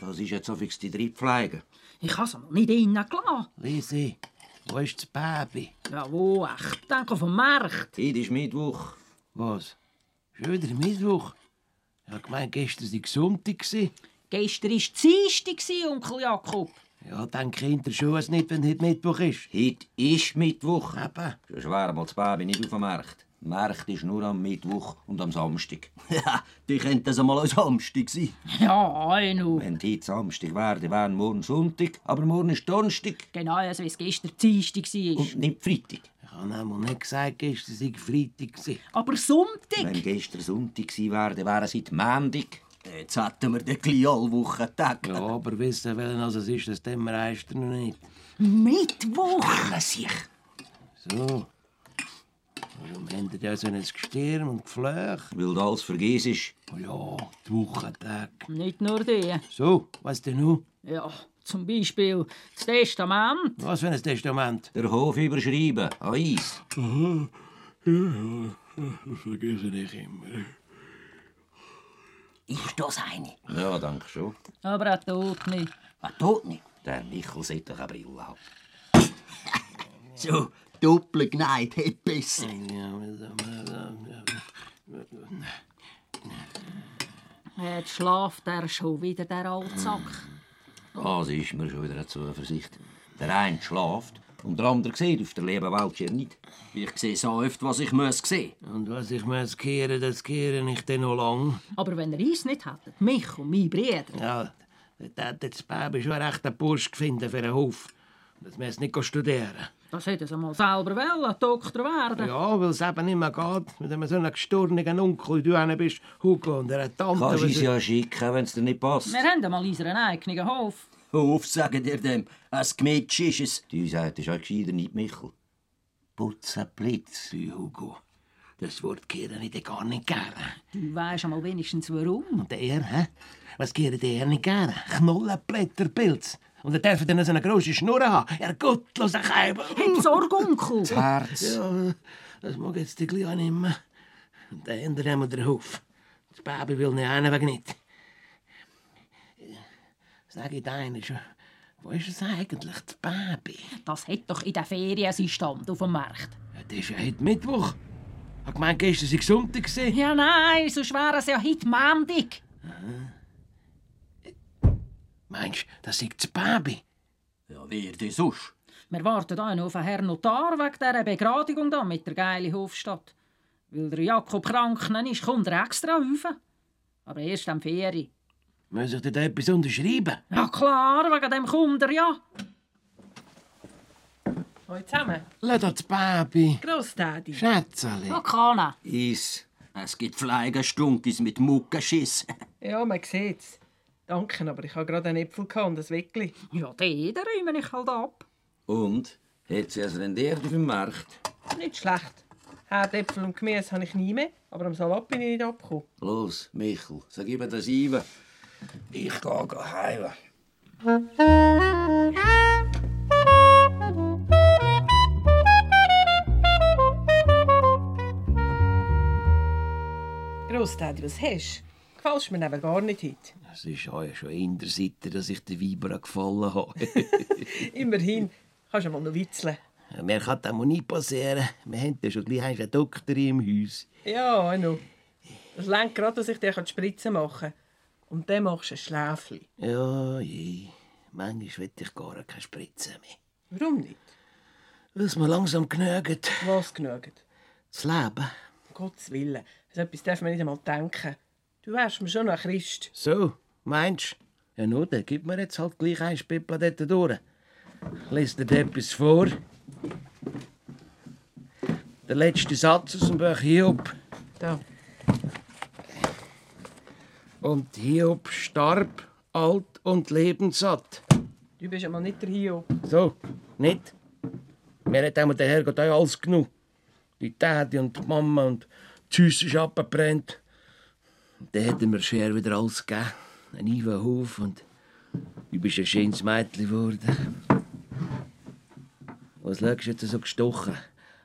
Das ist jetzt auf die drei Pflege. Ich kann es mal nicht reinlassen. Lisi, wo ist das Baby? Ja, wo? Ich denke vom Markt. Heute ist Mittwoch. Was? Schon wieder Mittwoch? Ich habe gemeint, gestern war Sonntag. Gestern war Dienstag, Onkel Jakob. Ja, denke hinter schon es nicht, wenn heute Mittwoch ist. Heute ist Mittwoch. Eben. Sonst wäre mal das Baby nicht auf dem Markt. Markt ist nur am Mittwoch und am Samstag. Ja, die könnte das einmal am Samstag sein. Ja, Einu. Wenn die Samstag wäre, dann wären morgen Sonntag, aber morgen ist Donnerstag Genau so, wie es gestern Dienstag war. und nicht Freitag. Ich habe einmal nicht gesagt, gestern sei Freitag. gewesen. Aber Sonntag? Wenn gestern Sonntag gewesen wäre, dann wäre es heute Montag. Jetzt hätten wir den gleich alle Wochen Tag. Ja, aber wissen wollen, was es ist, das tun wir meistens noch nicht. Ah, Mittwoch? Sich. So. Warum habt ihr ja so ein Gestirn und Geflöch? Weil du alles vergiss ist. Oh ja, die Wochentage. Nicht nur die. So, was denn nun? Ja, zum Beispiel das Testament. Was für ein Testament? Der Hof überschreiben, an Eis. Das vergesse ich immer. Ist das eine? Ja, danke schon. Aber auch tot nicht. Was tut nicht? Der Michel sollte eine Brille haben. So, doppel geneigt, hätte besser. Jetzt schlaft er schon wieder, Äh, der Altsack. Das ist mir schon wieder eine Zuversicht. Der eine schläft und der andere sieht auf der lieben Welt hier nicht. Ich sehe so oft, was ich muss sehen Und was ich muss kehren, das kehre ich dann noch lang. Aber wenn er uns nicht hätte, mich und mein Bruder, Ja, dort hat das Baby schon recht einen Bursch gefunden für einen Hof. Das muss nicht studieren. das hätte er mal selber wollen, Doktor werden. Ja, weil es eben nicht mehr geht. Wenn du so einen gestornigen Onkel wie du einer bist, Hugo und eine Tante. Kannst du was- uns ja schicken, wenn es dir nicht passt. Wir haben mal unseren eigenen Hof. muss. Auf, sagen dir dem, ein Gemetsch ist es. Du sagtest auch gescheiter nicht Michel. Blitz, Hugo. Das Wort kehren ich dir gar nicht gerne. Du weisst mal wenigstens warum. Und der, hä? Was kehren der nicht gerne? Knollenblätterpilz. Und er darf dann so eine grosse Schnur haben. Er gottloser Keiber. Hab Sorge, Onkel. Herz. Ja, das mag jetzt die Kleine nicht mehr. Und dann ändert er den Hof. Das Baby will nicht einen weg nicht. Sag ich deinen schon, wo ist es eigentlich, das Baby? Das hat doch in der Ferien seinen Stand auf dem Markt. Ja, das ist ja heute Mittwoch. Ich hab gemeint, gestern sei Sonntag. gewesen. Ja, nein, sonst wäre es ja heute Montag. Meinst du, das ist das Baby? Ja, wer denn sonst? Wir warten da noch auf den Herrn Notar wegen dieser Begradigung da mit der geilen Hofstadt. Weil der Jakob krank ist, kommt er extra rauf. Aber erst am Ferien. Muss ich dir da etwas unterschreiben? Ja klar, wegen dem kommt er ja. Hallo zusammen. Lass doch das Baby. Grossdaddy. Schätzeli. Ja, kann er. Eis. Es gibt Fleigerstunkies mit Muckenschiss. Ja, man sieht's. Danke, aber ich habe gerade einen Äpfel gehabt und ein Weckli. Ja, den den räume ich halt ab. Und? Hat sie es rendiert auf dem Markt? Nicht schlecht. Herdäpfel und Gemüse habe ich nie mehr, aber am Salat bin ich nicht abgekommen. Los, Michel, sag ihm das Iwe. Ich gehe heim. Grossdaddy, was hast du? Gefällst mir eben gar nicht heute. Es ist euch schon in der Seite, dass ich den Weibern gefallen habe. Immerhin kannst du mal noch witzeln. Mir kann das mal nicht passieren. Wir haben ja schon gleich einen Doktor im Haus. Ja, noch. Das lenkt gerade, dass ich dir die Spritze machen kann. Und dann machst du ein Schläfchen. Ja, je. Manchmal will ich gar keine Spritze mehr. Warum nicht? Weil es mir langsam genügt. Was genügt? Das Leben. Um Gottes Willen. So etwas darf man nicht einmal denken. Du wärst mir schon noch ein Christ. So, meinst du? Ja, nur, dann gib mir jetzt halt gleich ein Spipadette durch. Lies dir etwas vor. Der letzte Satz aus dem Buch Hiob. Da. Und Hiob starb alt und lebenssatt. Du bist einmal nicht der Hiob. So, nicht? Mir hat einmal der Herrgott auch alles genug. Die Täti und die Mama und die Häuser ist abgebrannt. Und Dann hat er mir schwer wieder alles gegeben. Ein Ivan Hof und du bist ein schönes Mädchen geworden. Was schaust du jetzt so gestochen?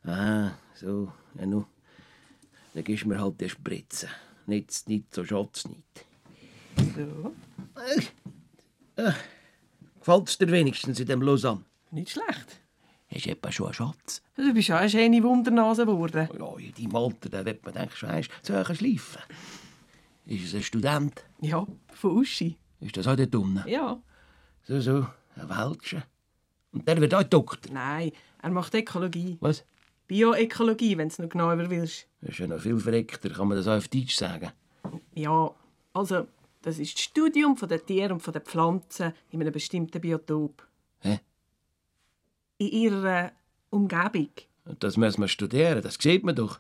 Ah, so, ja nu. Dann gibst du mir halt die Spritze. Nichts, nicht, so schaut's nicht. So. Äh, Gefällt's dir wenigstens in dem Lausanne? Nicht schlecht. Hast du etwa schon einen Schatz? Du bist ja eine schöne Wundernase geworden. Ja, in deinem Alter, da wird man denken, schon eins zu hoch schleifen. Ist es ein Student? Ja, von Uschi. Ist das auch der Dumme? Ja. So, so, ein Welscher. Und der wird auch Doktor. Nein, er macht Ökologie. Was? Bioökologie, wenn du es noch genauer willst. Das ist ja noch viel verreckter, kann man das auch auf Deutsch sagen. Ja, also, das ist das Studium von den Tieren und von den Pflanzen in einem bestimmten Biotop. Hä? In ihrer Umgebung. Und das muss man studieren, das sieht man doch.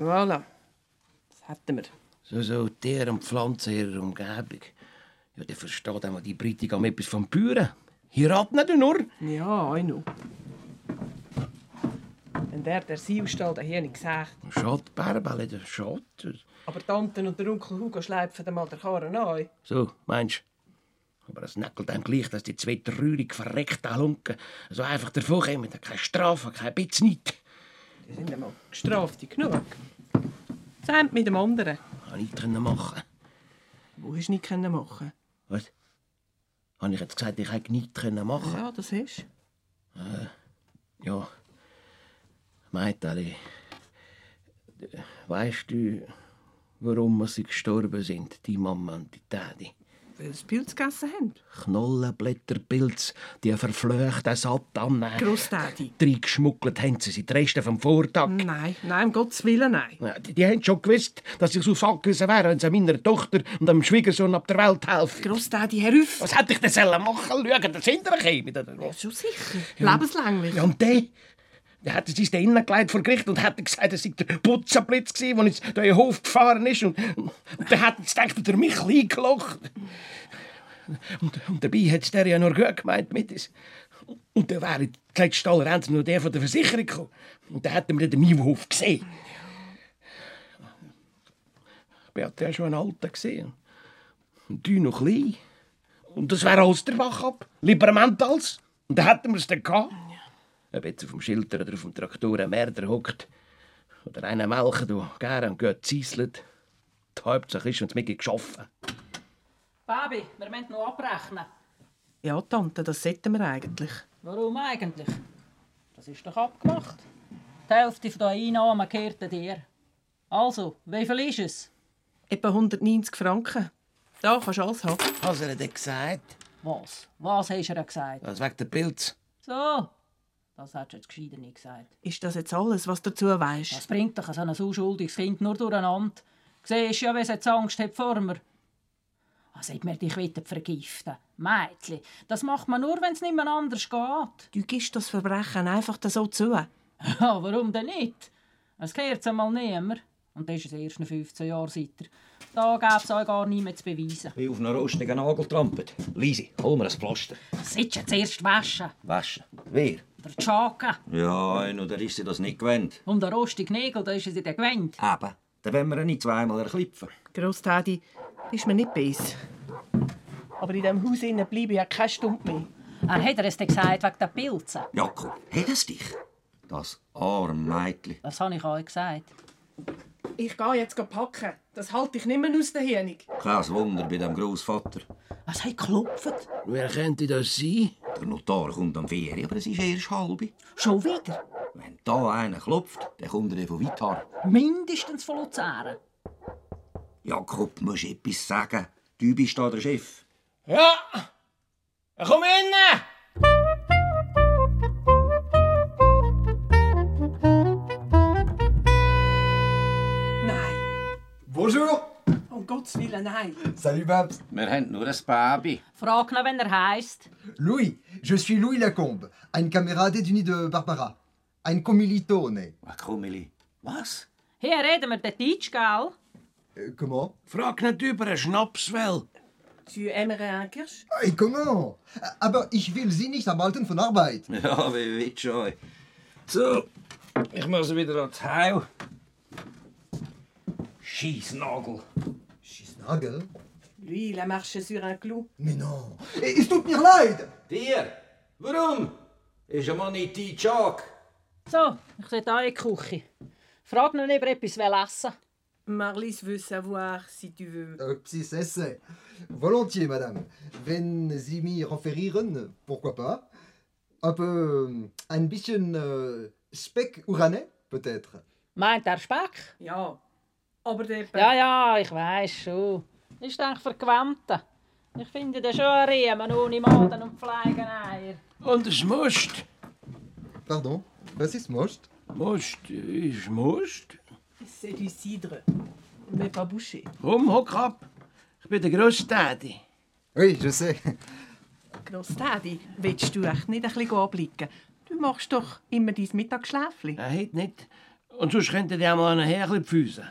Voilà. Das hätten wir. So, so, Tier und Pflanzen ihrer Umgebung. Ja, der versteht einmal die Britik am etwas vom Büren. Hier hat nicht nur. Ja, ich noch. Wenn der der Seilstall hier nicht gesagt. Schade, Bärbele, das schade. Aber die Tante und der Onkel Hugo schleifen dem mal den Karren an. So, meinst du? Aber es näckelt einem gleich, dass die zwei traurig verreckten Halunken so einfach davonkommen. Keine Strafe, kein bisschen nicht. Die sind einmal gestraft genug. Das eine mit dem anderen. Habe ich nicht machen Wo hast du nicht können machen Was? Habe ich jetzt gesagt, ich hätte nichts können machen Ja, das ist. Ja. Meitali, weißt du, warum wir sie gestorben sind, die Mama und die Daddy? Weil sie Pilz gegessen haben. Knollenblätterpilz, die verfluchten Satan. äh, Grossdaddy. Reingeschmuggelt haben sie sie, die Reste vom Vortag. Nein, nein, um Gottes Willen, nein. Ja, Die, die haben schon gewusst, dass ich so Sack gewesen wäre, wenn sie meiner Tochter und dem Schwiegersohn ab der Welt helfen. Grossdaddy, Herr Üff. Was hätte ich denn sollen machen sollen? Schauen, dass hinterher käme. Schon sicher. Lebenslänglich. Ja, und der? Der hat sich da innen gelegt vor Gericht und hat gesagt, es sei der Putzenblitz gewesen, als jetzt durch den Hof gefahren ist. Und, und der hat jetzt gedacht, er hat mich eingelocht. Und, und dabei hat es der ja nur gut gemeint mit uns. Und dann wäre zuletzt allerhand nur der von der Versicherung gekommen. Und dann hätten wir den Neuhof gesehen. Beat, der war schon ein Alter. gewesen. Und du noch klein. Und das wäre alles der Bach ab. Liberament als. Und dann hätten wir es dann gehabt. Ob jetzt auf dem Schilder oder auf dem Traktor ein Mörder hockt oder einer melken, der gern und gut zieselt, die Hauptsache ist uns mittig geschaffen. Babi, wir müssen noch abrechnen. Ja, Tante, das sollten wir eigentlich. Warum eigentlich? Das ist doch abgemacht. Die Hälfte von den Einnahmen gehört dir. Also, wie viel ist es? Etwa 190 Franken. Da kannst du alles haben. Was hat er denn gesagt? Was? Was hast du ihr gesagt? Was wegen der Pilz? So, das hast du jetzt gescheiter nicht gesagt. Ist das jetzt alles, was du dazu Das weißt? bringt doch so ein unschuldiges Kind nur durcheinander. Siehst ja, wie es jetzt Angst hat vor mir. Was hat mir dich wieder vergiften? Mädchen, das macht man nur, wenn es niemand anders geht. Du gibst das Verbrechen einfach so zu. Ja, warum denn nicht? Es gehört einmal niemand. Und das ist es erst nach 15 Jahren seither. Da gäbe es auch gar nichts mehr zu beweisen. Wie auf einer rostigen Nagel trampelt. Lisi, hol mir ein Pflaster. Sitzt jetzt erst waschen. Waschen. Wer? Der Tschaka. Ja, einer, der ist sie das nicht gewöhnt. Und der rostige Nägel, da ist es in der gewöhnt. Eben. Dann wollen wir ihn nicht zweimal erklipfen. Grosstädi, ist mir nicht besser. Aber in diesem Haus innen bleibe ich ja keine Stunde mehr. Er Ah, hat er es dann gesagt wegen der Pilze. Jakob, hat es dich? Das arme Mädchen. Das habe ich euch gesagt. Ich gehe jetzt packen. Das halte ich nicht mehr aus der Hirnig. Kein Wunder bei dem Großvater. Was hat geklopft? Wer könnte das sein? Der Notar kommt am Ferien, aber es ist erst halbe. Schon wieder? Wenn da einer klopft, dann kommt er von weit her. Mindestens von Luzern. Jakob, musst etwas sagen. Du bist da der Chef. Ja! Komm in! Nein, Bonjour! um Gottes Willen, nein. Salut Babs! Wir haben nur ein Baby. Frag noch, wenn er heisst. Louis, je suis Louis Lacombe, ein Kamerad déduit de Barbara. Ein Kommilitone. Was, Kummeli? Was? Hier reden wir den Deutsch, gell? Euh, comment Frag nicht über einen Schnapswell. Tu aimerais un Kirsch? Hey, Ah, comment Ah, Aber ich will Sie nicht abhalten von Arbeit. Ja, wie willst schon. So, ich muss wieder ans Heu. Scheißnagel. Schisnagel? Lui, il a marché sur un clou. Mais non. Es tut mir leid. Dir? Warum? Ist ein Mann nicht dein Jock? So, ich sehe hier in die Küche. Frag noch, ob er etwas essen will. Marlis veut savoir si tu veux. Euh, si, c'est, c'est. Volontiers, madame. Wenn Sie mich referieren, pourquoi pas. Un peu. euh, Ein bisschen. euh, Speck uranais, peut-être. Meint der Speck? Ja. Aber der. Ja, ja, ich weiß schon. Ist denk verquemte. Ich finde das schon ein Riemen ohne Maden und Pflegeneier. Und es musst. Pardon, was ist Most? Musst, ich musst. C'est du cidre. Mais pas bouché. Komm, hock ab. Ich bin der Grosstädi. Oui, je sais. Grossdaddy, willst du echt nicht ein bisschen anblicken? Du machst doch immer dein Mittagsschläfli. Er hat nicht. Und sonst könnt ihr ja mal einen Herrchen pfüsen.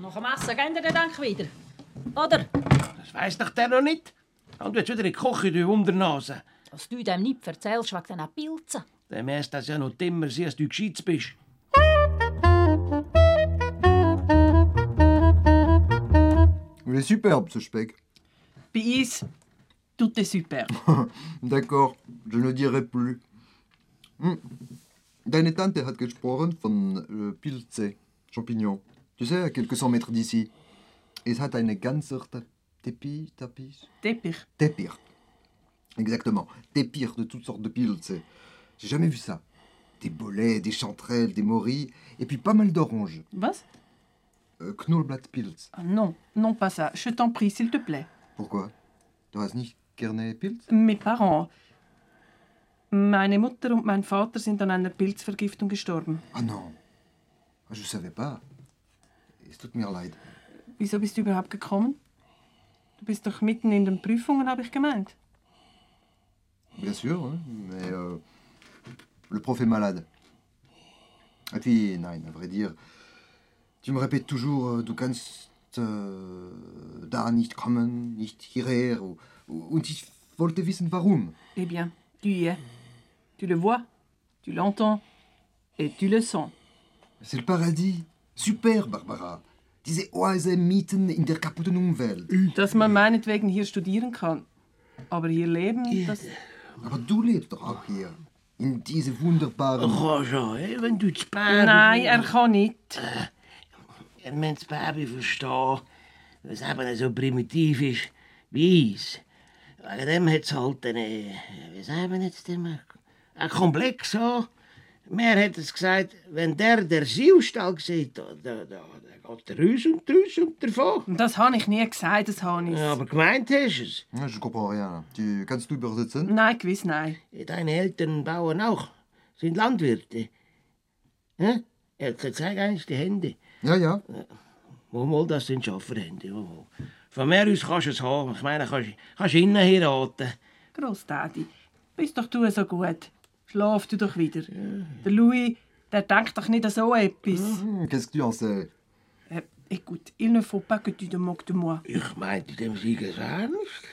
Nach dem Essen gehen ihr dann wieder. Oder? Das weiss doch der noch nicht. Und jetzt wieder in die Küche, du unter Nase. Dass du dem nicht erzählst wegen diesen Pilzen. Dann merkst das ja noch immer, sein, dass du gescheit bist. Il est superbe ce Speck. Bei uns tut es super. D'accord, je ne dirai plus. Hm. Deine Tante hat gesprochen von äh, Pilze, Champignons. Tu sais, à quelques cent mètres d'ici. Es hat eine ganze Ta- Teppich, Tapis, Teppich. Tepir. Exactement. Tepir de toutes sortes de Pilze. J'ai jamais vu ça. Des bolets, des chanterelles, des morilles, et puis pas mal d'oranges. Was? Euh, Knollblattpilz. Ah, non, non pas ça. Je t'en prie, s'il te plaît. Pourquoi Du hast nicht gerne Pilz? Mes parents. Meine Mutter und mein Vater sind an einer Pilzvergiftung gestorben. Ah non. Ah, Je savais pas. Es tut mir leid. Wieso bist du überhaupt gekommen? Du bist doch mitten in den Prüfungen, habe ich gemeint. Bien sûr, hein, mais euh, le prof est malade. Et puis, Nine, à vrai dire, tu me répètes toujours, euh, du kannst euh, da nicht kommen, nicht hierher, ou, ou- und ich wollte wissen warum. Eh bien, tu y es. Tu le vois, tu l'entends et tu le sens. C'est le paradis. Super, Barbara. Diese Oase mitten in der kaputten Umwelt. Dass man meinetwegen hier studieren kann, aber hier leben, das... Aber du lebst doch auch hier. In diese wunderbaren... Komm schon, hä, wenn du das Nou, Baby... Nein, er kann nicht. Wenn man das Baby versteht, das eben so primitiv ist wie uns. Wegen dem hat es halt einen, wie sagen wir jetzt immer, einen Komplex. So. Mehr hat es gesagt, wenn der der Seelstall sieht, dann da, da, da geht der raus und raus und davon. Und Das habe ich nie gesagt, das habe ich. Ja, aber gemeint hast du es. Je comprends rien. Tu kannst du übersetzen? Nein, gewiss nein. Deine Eltern bauen auch, sind Landwirte. Hä? Ja, zeig eins die Hände. Ja, ja. Wohl, das sind Schafferhände. Jawohl. Von mir aus kannst du es haben. Ich meine, kannst, kannst innen heiraten. Grossdaddy, bist doch du so gut. Schlaf du doch wieder. Der Louis, der denkt doch nicht an so etwas. Hm, Qu'est-ce que tu en sais? Äh, écoute, il ne faut pas que tu te moques de moi. Ich meinte dem Sieger es ernst.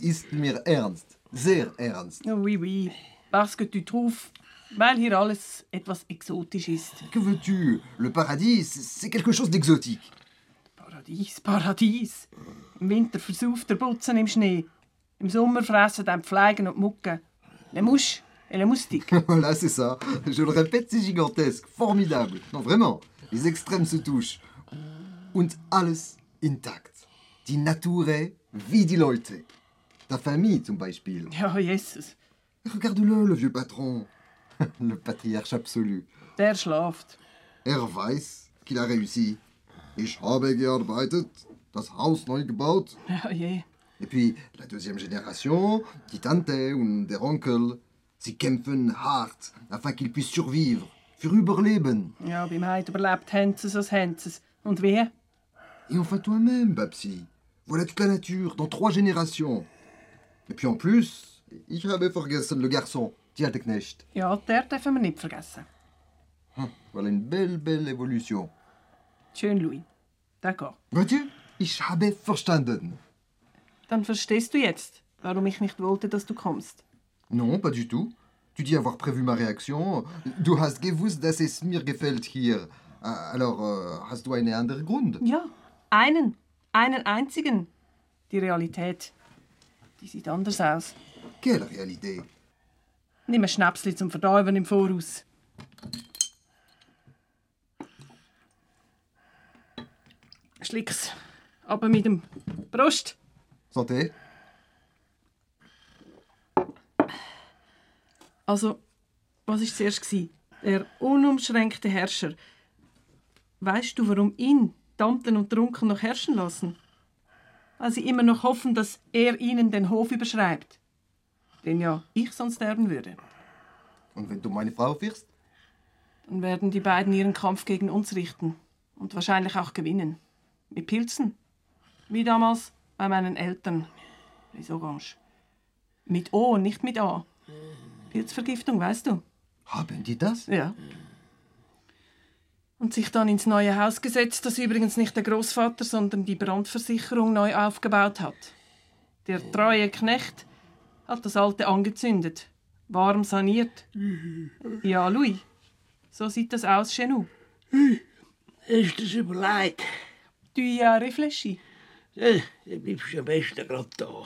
Ist mir ernst. Sehr ernst. Oh, Oui, oui, parce que tu trouves, weil hier alles etwas exotisch ist. Que veux-tu Le paradis, c'est- c'est quelque chose d'exotique. Paradies, Paradies. Im Winter versauft der Putzen im Schnee. Im Sommer fressen dann die Fliegen und die Mucke. Le Musch, le Mustik. voilà, c'est ça. Je le répète, c'est gigantesque, formidable. Non, vraiment, les extrêmes se touchent. Und alles intakt. Die Nature wie die Leute. Ta famille, zum Beispiel. Ja, Jesus, Regarde-le, le vieux patron. le patriarche absolu. der schlaft. Er weiß qu'il a réussi. Ich habe gearbeitet, das Haus neu gebaut. Ja, je. Et puis, la deuxième génération, die Tante und der Onkel, sie kämpfen hart, afin qu'ils puissent survivre, für Überleben. Ja, beim Heid überlebt Hänzes als Hänzes. Und wie? Et enfin toi-même, Babsi. Voilà toute la nature, dans trois générations. Et puis en plus, ich habe vergessen le garçon, die alte Knecht. Ja, der dürfen wir nicht vergessen. Voilà une belle, belle évolution. Schön, Louis. D'accord. Vois-tu, ich habe verstanden. Dann verstehst du jetzt, warum ich nicht wollte, dass du kommst. Non, pas du tout. Tu dis avoir prévu ma réaction. Du hast gewusst, dass es mir gefällt hier. Ah, Alors, euh, hast du einen anderen Grund? Ja, einen. Einen einzigen. Die Realität. Die sieht anders aus. Quelle réalité Nimm ein Schnäpsli zum Verdäumen im Voraus. Schlick's. Aber mit dem Brust. Santé. Also, was war zuerst? Gewesen? Der unumschränkte Herrscher. Weißt du, warum ihn Tanten und Trunken noch herrschen lassen? Weil sie immer noch hoffen, dass er ihnen den Hof überschreibt. Den ja ich sonst sterben würde. Und wenn du meine Frau wirst? Dann werden die beiden ihren Kampf gegen uns richten. Und wahrscheinlich auch gewinnen. Mit Pilzen. Wie damals bei meinen Eltern. Ist orange. Mit O, nicht mit A. Pilzvergiftung, weißt du? Haben die Ah, ben, das? Ja. Und sich dann ins neue Haus gesetzt, das übrigens nicht der Großvater, sondern die Brandversicherung neu aufgebaut hat. Der treue Knecht hat das alte angezündet, warm saniert. Ja, Louis, so sieht das aus chez nous. Ist das überlegt? Du ja réfléchis. Eh, Ja, Dann bleibst du am besten gerade da.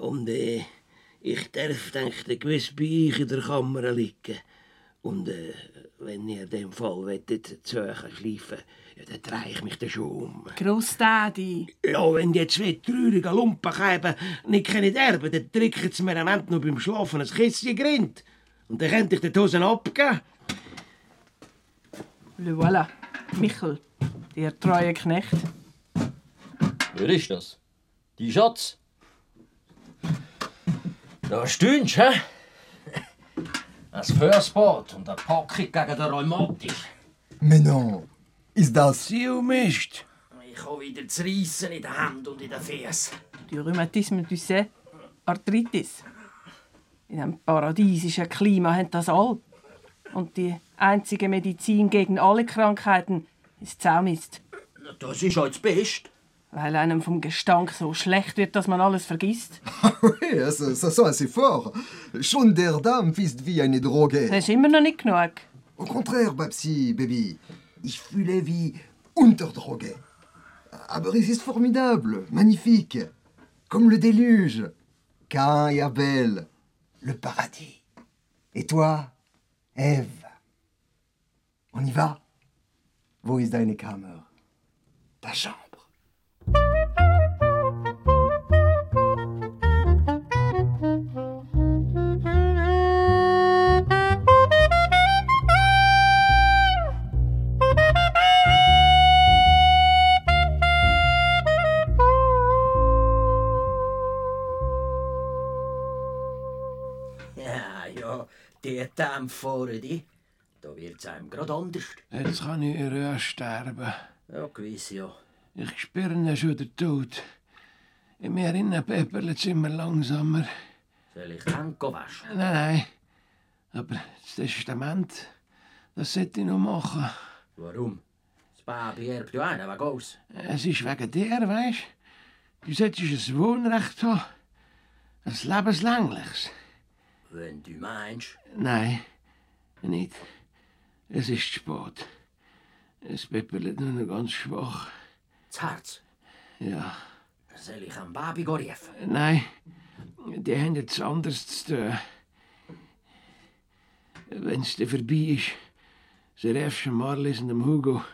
Und äh, ich darf, denke ich, gewiss bei euch in der Kammer liegen. Und äh, wenn ihr in dem Fall wettet, zu euch schleifen, ja, dann drehe ich mich dann schon um. Grossdaddy. Ja, wenn die zwei traurigen Lumpen geben, nicht können erben, dann drücken sie mir am Ende noch beim Schlafen ein Kissen grind. Und dann könnte ich die Hosen abgeben. Le voilà. Michel, der treue Knecht. Wer ist das? Die Schatz? Da stündst hä? Ein Försbad und eine Packung gegen den Rheumatik. Mais non. Ist das? Du mischt. Ich kann wieder zu reissen in den Händen und in den Füßen. Du Rheumatisme, du sais, Arthritis. In diesem paradiesischen Klima haben das all. Und die einzige Medizin gegen alle Krankheiten ist Zaumist, Das ist auch das Beste. weil einem vom Gestank so schlecht wird, dass man alles vergisst. Ah oui, ça, ça sent assez fort. Schon der Dampf ist wie eine Droge. Das ist immer noch nicht genug. Au contraire, Babsi, Baby. Ich fühle wie Unterdroge. Aber es ist formidable, magnifique. Comme le déluge. Cain et Abel. Le paradis. Et toi, Ève. On y va? Wo ist deine Kammer? Ta chambre. Ja, ja, die Dämpfe fahren die. Da wird's einem grad anders. Jetzt kann ich in Ruhe sterben. Ja, gewiss, ja. Ich spüre ihn schon der Tod. Im Erinnern peperlt es immer langsamer. Soll ich die Hände waschen? Nein, nein. Aber das Testament, das sollte ich noch machen. Warum? Das Baby erbt ja einen wegen uns. Es ist wegen dir, weißt du? Du solltest ein Wohnrecht haben. Ein lebenslängliches. Wenn du meinst. Nein, nicht. Es ist spät. Es peppelt nur noch ganz schwach. Das Herz. Ja. Soll ich am Baby rufen? Nein, die haben jetzt anders zu tun. Wenn's dir vorbei ist, sie rufst Marlies und dem Hugo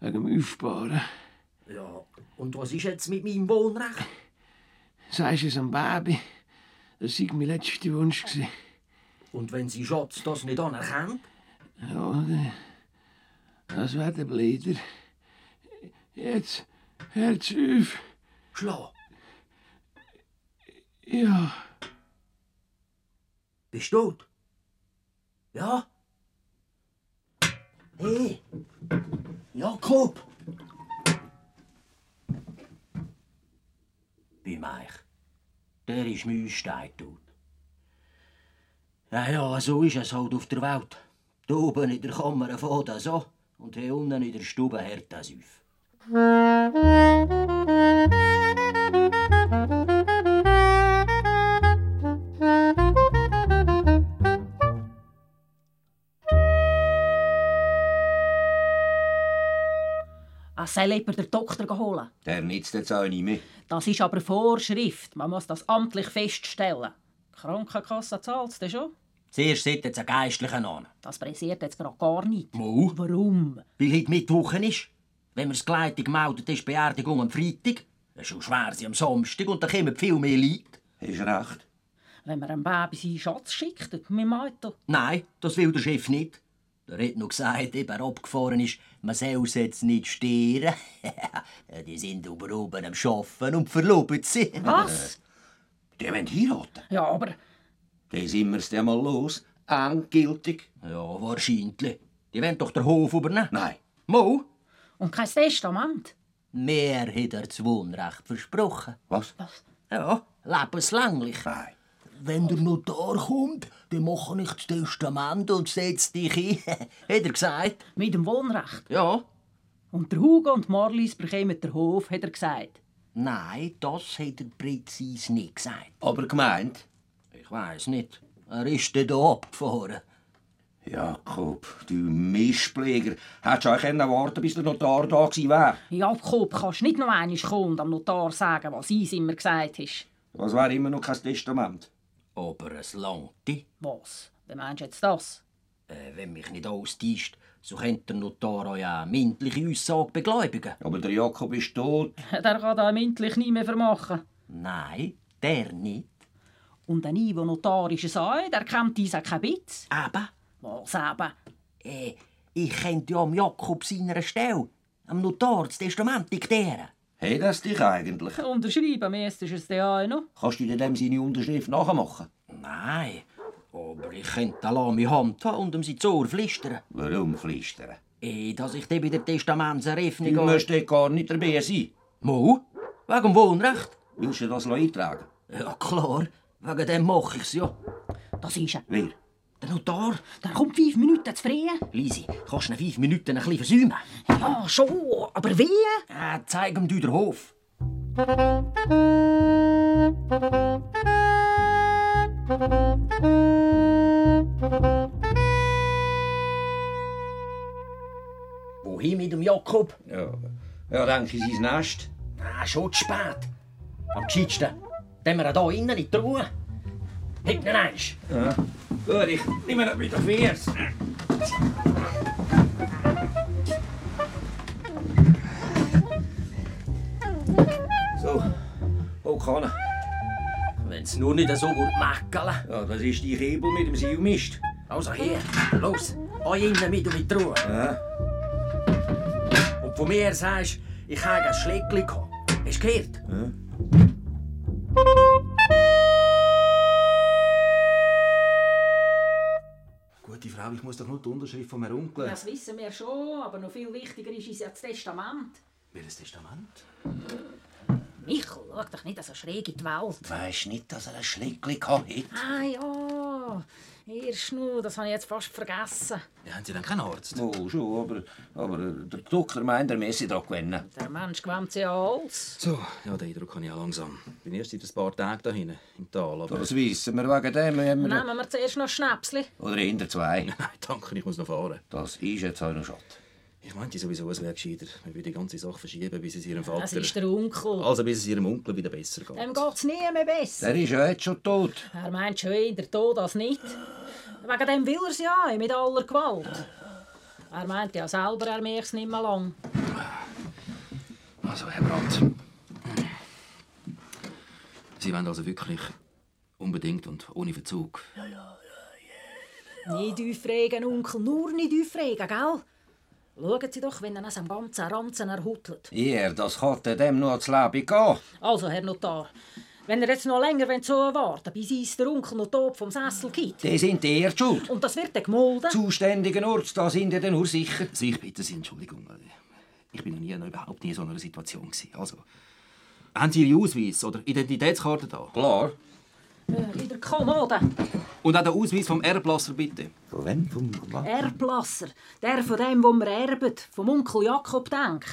wegen dem Aufbauen. Ja, und was ist jetzt mit meinem Wohnrecht? Sagst es am Baby, das war mein letzter Wunsch. Gewesen. Und wenn sie Schatz das nicht anerkennt? Ja, das war der Bläder. Jetzt hört's auf. Schlag. Ja, Bist du tot? Ja? Hey! Jakob! Bei Mike. Der ist Mühlstein tot. Ja, ja, so ist es halt auf der Welt. Da oben in der Kammer fährt das an und hier unten in der Stube hört das auf. Also soll jemand den Doktor holen. Der nützt jetzt auch nicht mehr. Das ist aber Vorschrift. Man muss das amtlich feststellen. Die Krankenkasse zahlt es schon. Zuerst sitzt jetzt ein Geistlicher an. Das pressiert jetzt gerade gar nicht. Mo? Warum? Weil heute Mittwochen ist. Wenn mir's Kleid gemeldet ist, Beerdigung am Freitag. Dann schon schwer sie am Samstag und dann kommen viel mehr Leute. Ist recht. Wenn man einem Baby seinen Schatz schickt, mit dem Auto. Nein, das will der Chef nicht. Der hat noch gesagt, eben abgefahren ist, man soll sie jetzt nicht stieren. die sind aber oben am Schaffen und verloben sie. Was? Äh, Die wollen heiraten. Ja, aber Dann sind wir's dann mal los. Endgültig. Ja, wahrscheinlich. Die wollen doch den Hof übernehmen. Nein. Mo, und kein Testament. mir hat er das Wohnrecht versprochen. Was? Ja, lebenslänglich. Nein. Wenn der Notar kommt, dann mache ich das Testament und setze dich ein. hat er gesagt? Mit dem Wohnrecht. Ja. Und der Hugo und die Marlies bekommen den Hof, hat er gesagt. Nein, das hat er präzis nicht gesagt. Aber gemeint? Ich weiß nicht. Er ist dann da abgefahren. Jakob, du Mischpfleger. Hättest du auch können warten bis der Notar da gewesen wäre. Jakob, kannst nicht noch einmal kommen und am Notar sagen, was uns immer gesagt hast. Das wäre immer noch kein Testament. Aber es langte. Was? Wie meinst du jetzt das? Äh, wenn mich nicht alles täuscht, so könnte der Notar auch ja eine mündliche Aussage begläubigen. Aber der Jakob ist tot. Der kann da mündlich nicht mehr vermachen. Nein, der nicht. Und ein Ivo notarisches Ei, der kennt uns auch kein Bitz. Aber Was eben? äh, ich könnte ja am Jakob seiner Stelle, am Notar, das Testament diktieren. Hey, das dich eigentlich. Unterschreiben müsstest du es dir auch noch. Kannst du dir dem seine Unterschrift nachmachen? Nein, aber ich könnte eine lahme Hand haben und ihm sein Ohr flüstern. Warum flüstern? Eh, dass ich dann bei der Testamentseröffnung... Du musst dort gar nicht dabei sein. Mo? Wegen dem Wohnrecht? Willst du das eintragen? Ja, klar. Wegen dem mache ich's ja. Das ist er. Wer? Der Notar? Der kommt fünf Minuten zu früh. Lisi, kannst du in fünf Minuten ein bisschen versäumen? Ja, schon, aber wie? Äh, zeig ihm du den Hof. Wohin mit dem Jakob? Ja, ja denke ich, sein Nest. Ah, schon zu spät. Am gescheitsten, wenn wir hier innen in die Ruhe. Hib ihn eins. Gut, ich nehme das mit auf Vers. So, hoch an. Wenn's nur nicht so gut mäckeln. Ja, das ist die Hebel mit dem Seilmist. Also hier, los. Euch innen mit und in die Ruhe. Ja. Und von mir sagst ich habe ein Schlägli gehabt. Hast du gehört? Gute Frau, ich muss doch nur die Unterschrift von meinem Onkel. Das wissen wir schon, aber noch viel wichtiger ist uns ja das Testament. Welches Testament? Michel, schau doch nicht so schräg in die Welt. Weisst nicht, dass er ein Schlägli gehabt hat? Ah ja, erst nur, das habe ich jetzt fast vergessen. Ja, haben Sie dann keinen Arzt? Oh, schon, aber, aber äh, der Doktor meint, er müsse da gewinnen. Der Mensch gewöhnt sich an alles. So, ja, den Eindruck habe ich auch langsam. Ich bin erst seit ein paar Tagen da hinten im Tal, aber... Das wissen wir wegen dem. Haben wir Nehmen wir zuerst noch Schnäpsli. Oder hinter zwei. Nein, danke, ich muss noch fahren. Das ist jetzt auch noch Schatten. Ich meinte sowieso, es wäre gescheiter. Wir würden die ganze Sache verschieben, bis es Ihrem Vater... Das ist der Onkel. Also bis es Ihrem Onkel wieder besser geht. Dem geht es nie mehr besser. Der ist ja jetzt schon tot. Er meint schon eher Tod als nicht. Wegen dem will er es ja, mit aller Gewalt. Er meint ja selber, er merkt es nicht mehr lang. Also, Herr Brandt. Sie wollen also wirklich unbedingt und ohne Verzug. Nicht aufregen, Onkel, nur nicht aufregen, gell? Schauen Sie doch, wenn er es am ganzen Ranzen erhuttelt. Ja, das kann der dem noch zu Leben gehen. Also, Herr Notar, wenn er jetzt noch länger wollt so warten bis uns der Onkel noch tot vom Sessel gibt, Die sind die erst schuld. und das wird dann gemolden, Zuständigen Orts, da sind ja dann nur sicher. Also, ich bitte Sie, Entschuldigung. äh, Ich bin noch nie, noch überhaupt nie in so einer Situation. Gewesen. Also, haben Sie Ihre Ausweis oder Identitätskarte da? Klar. äh, in der Kommode. Und auch den Ausweis vom Erblasser, bitte. Von wem? Vom was? Erblasser, der von dem, wo wir erben, vom Onkel Jakob denk.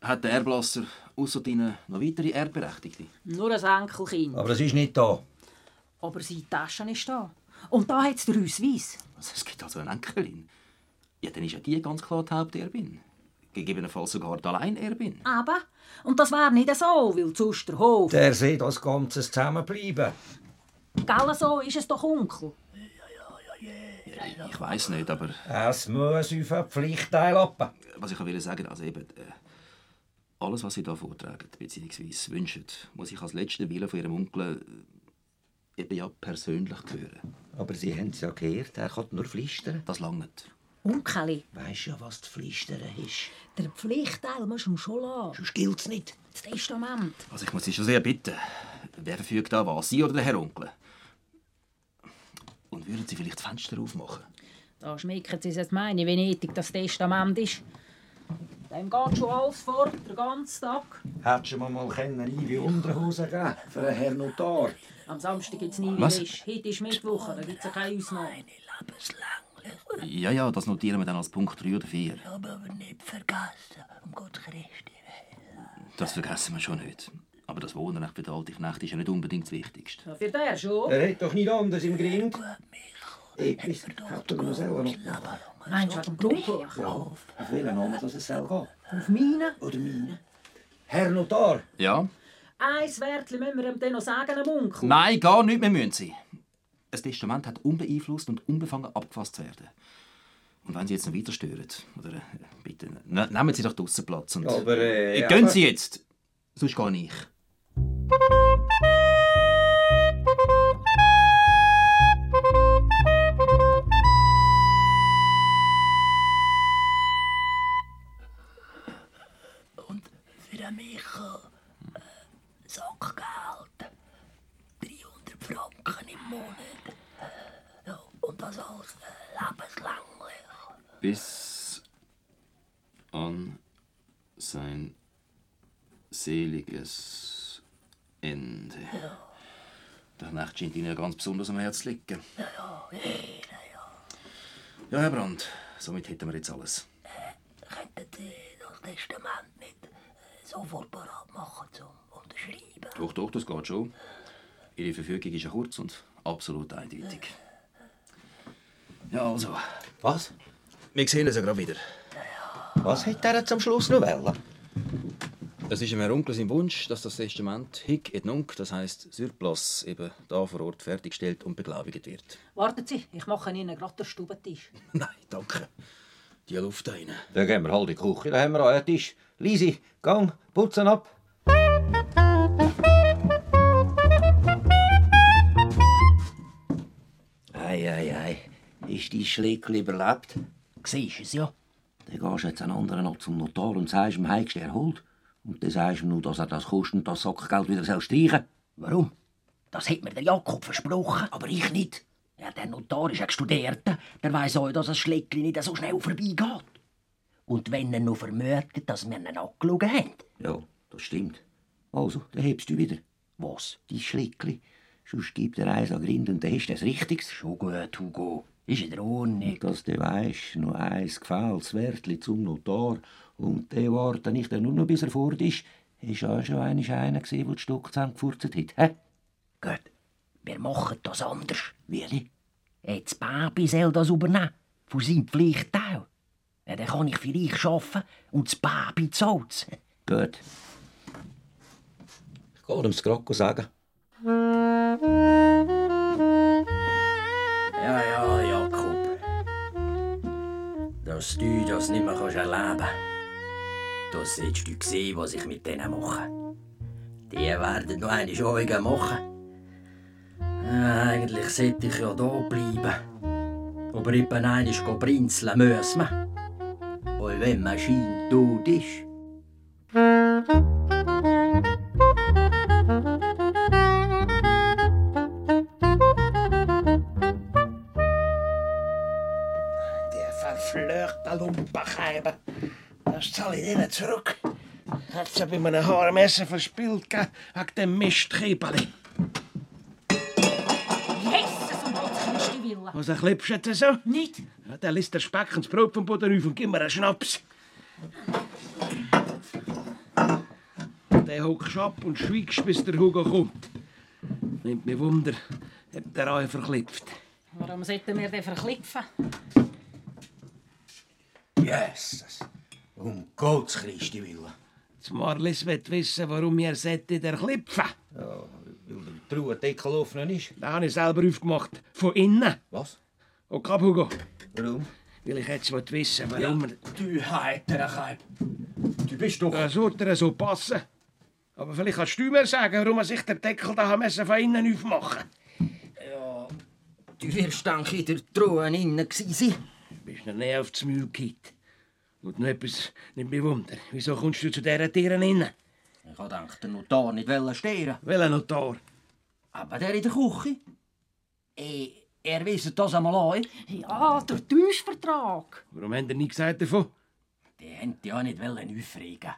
Hat der Erblasser außer Ihnen noch weitere Erbberechtigte? Nur ein Enkelkind. Aber es ist nicht da. Aber seine Tasche ist da. Und da hat es der Ausweis. Also, es gibt also eine Enkelin. Ja, dann ist ja die ganz klar die Haupterbin. Gegebenenfalls sogar die Alleinerbin. Aber, und das wär nicht so, weil sonst der Hof. Der sieht das Ganze zusammenbleiben. Gell, so ist es doch Onkel. Ich weiß nicht, aber Es muss unseren Pflichtteil ab. was ich will sagen, also eben, äh, alles, was sie da vortragen bzw. wünschen, muss ich als letzten Willen von ihrem Onkel äh, eben ja persönlich hören. Aber Sie haben es ja gehört, er kann nur flüstern. Das lange nicht. Onkeli, Weisst ja, was zu flüstern ist? der Pflichtteil musst du ihm schon lassen. Sonst gilt's nicht. Das Testament. Also ich muss Sie schon sehr bitten, wer verfügt da was, Sie oder der Herr Onkel? Und würden Sie vielleicht das Fenster aufmachen? Da schmecken sie es meine Venedig, das Testament ist. Dem geht schon alles fort, den ganzen Tag. Hättest du mir mal können, wie Unterhosen geben für einen Herrn Notar. Am Samstag gibt es nie Was? Fisch. Heute ist Mittwoch, da gibt es keine Ausnahme. Ja, ja, das notieren wir dann als Punkt 3 oder 4. Aber nicht vergessen, um Gott Christi. Das vergessen wir schon nicht. Aber das Wohnrecht für die alte Knecht ist ja nicht unbedingt das Wichtigste. Ja, für den schon. Er hat doch nicht anders im Grind. Etwas hat er nur selber noch. Meinst Äh. du, wegen dem Grundbuch? Auf welchen Namen das es soll gehen? Auf meinen? Oder meine? Herr Notar, Ja? Eins Wörtchen müssen wir ihm dann noch sagen, dem Onkel. Nein, gar nicht mehr müssen Sie. Ein Testament hat unbeeinflusst und unbefangen abgefasst zu werden. Und wenn Sie jetzt noch weiter stören, oder äh, bitte, ne- nehmen Sie doch draussen Platz. Und, Aber, äh, Äh, ja, gehen aber- Sie jetzt! Sonst gehe ich. Für den Michel. äh, Sackgeld. 300 Franken im Monat. Ja, Und das alles äh, lebenslänglich. bis an sein seliges Ende. Der Nacht scheint Ihnen ja ganz besonders am Herz zu liegen. Ja, Herr Brandt, somit hätten wir jetzt alles. Äh, Könnten Sie das Testament nicht äh, sofort parat machen zum Unterschreiben? Doch, doch, das geht schon. Ihre Verfügung ist ja kurz und absolut eindeutig. Äh, Ja, also, was? wir sehen uns ja gerade wieder. Was hat er jetzt am Schluss noch wollen? Es ist mir Onkel sein Wunsch, dass das Testament hic et nunc, das heisst sur place, eben da vor Ort fertiggestellt und beglaubigt wird. Warten Sie, ich mache Ihnen gerade den Stubentisch. Nein, danke. Die Luft da rein. Dann gehen wir halt in die Küche, da haben wir einen Tisch. Lisi, gang, putzen ab. Ei, ei, ei. Ist die Schlickel überlebt? Siehst du es ja? Dann gehst du jetzt einen anderen ab zum Notar und sagst ihm, heigst er holt. Und dann sagst du ihm nur, dass er das kostet und das Sackgeld wieder soll streichen Warum? Das hat mir der Jakob versprochen, aber ich nicht. Ja, der Notar ist ein Studierter, der weiß auch, dass ein Schlägli nicht so schnell vorbeigeht. Und wenn er noch vermutet, dass wir ihn angeschaut haben. Ja, das stimmt. Also, dann hebst du wieder. Was? Die Schlickli. Sonst gibt er eins an Grind und dann hast du das Richtiges. Schon gut, Hugo. Ist in Ordnung. Dass du weisst, noch eins gefälltes Wärtli zum Notar und der warte ich dann nur noch, bis er fort ist. Ist auch schon einmal einer gesehen, der die Stock zusammengefurzt hat, hä? Gut, wir machen das anders. Willi? Jetzt Papi soll das übernehmen. Von seinem Pflichtteil. Ja, dann kann ich für dich arbeiten und das Papi zahlt Gut. Ich gehe ihm gerade sagen. Ja, ja, Jakob. Dass du das nicht mehr kannst erleben kannst, das solltest du sehen, was ich mit denen mache. Die werden noch eine Scheuge machen. Äh, eigentlich sollte ich ja da bleiben. Aber eben einmal gehen brinzeln müssen wir. Und wenn man scheint tot ist. Der verfluchte Lumpenkeiber. Das zahle ich ihnen zurück. Hat sie bei meinen Haarmesser verspielt, gell? Wegen dem Mistkäberli. Jesus um und Gott, Christi Wille. Was erklebst du jetzt so? Nicht? Ja, dann lässt der Speck und das Brot vom Boden rauf und gib mir einen Schnaps. Der hockst ab und schweigst, bis der Hugo kommt. Nimmt mich Wunder, ob der auch verklipft. Warum sollten wir den verklipfen? Jesus, um Gottes Christi willen. Das Marlis wird wissen, warum ihr sollte der klipfen. Weil der Truhendeckel offen ist. Den habe ich selber aufgemacht. Von innen. Was? Oh, kap, Hugo. Waarom? Wil ik jetzt wat wissen, waarom er... Du Heiterkeit. Du bist doch... Oh, Dat sollte er so passen. Aber vielleicht kannst du mir sagen, warum er sich den Deckel da haben müssen von innen aufmachen Ja, du wirst denk ich in der Truhe innen gewesen sein. Du bist noch nie auf das Mühl gekippt. Und noch etwas nimmt mich Wunder. Wieso kommst du zu dieser Tieren innen? Ich hab gedacht, der Notar nicht wollen stehren. Welcher Notar? Aber der in der Küche. Eh, er wisst das einmal an. Ja, der Täuschvertrag. Warum habt ihr nie gesagt davon? Die haben die ja nicht wollen aufregen.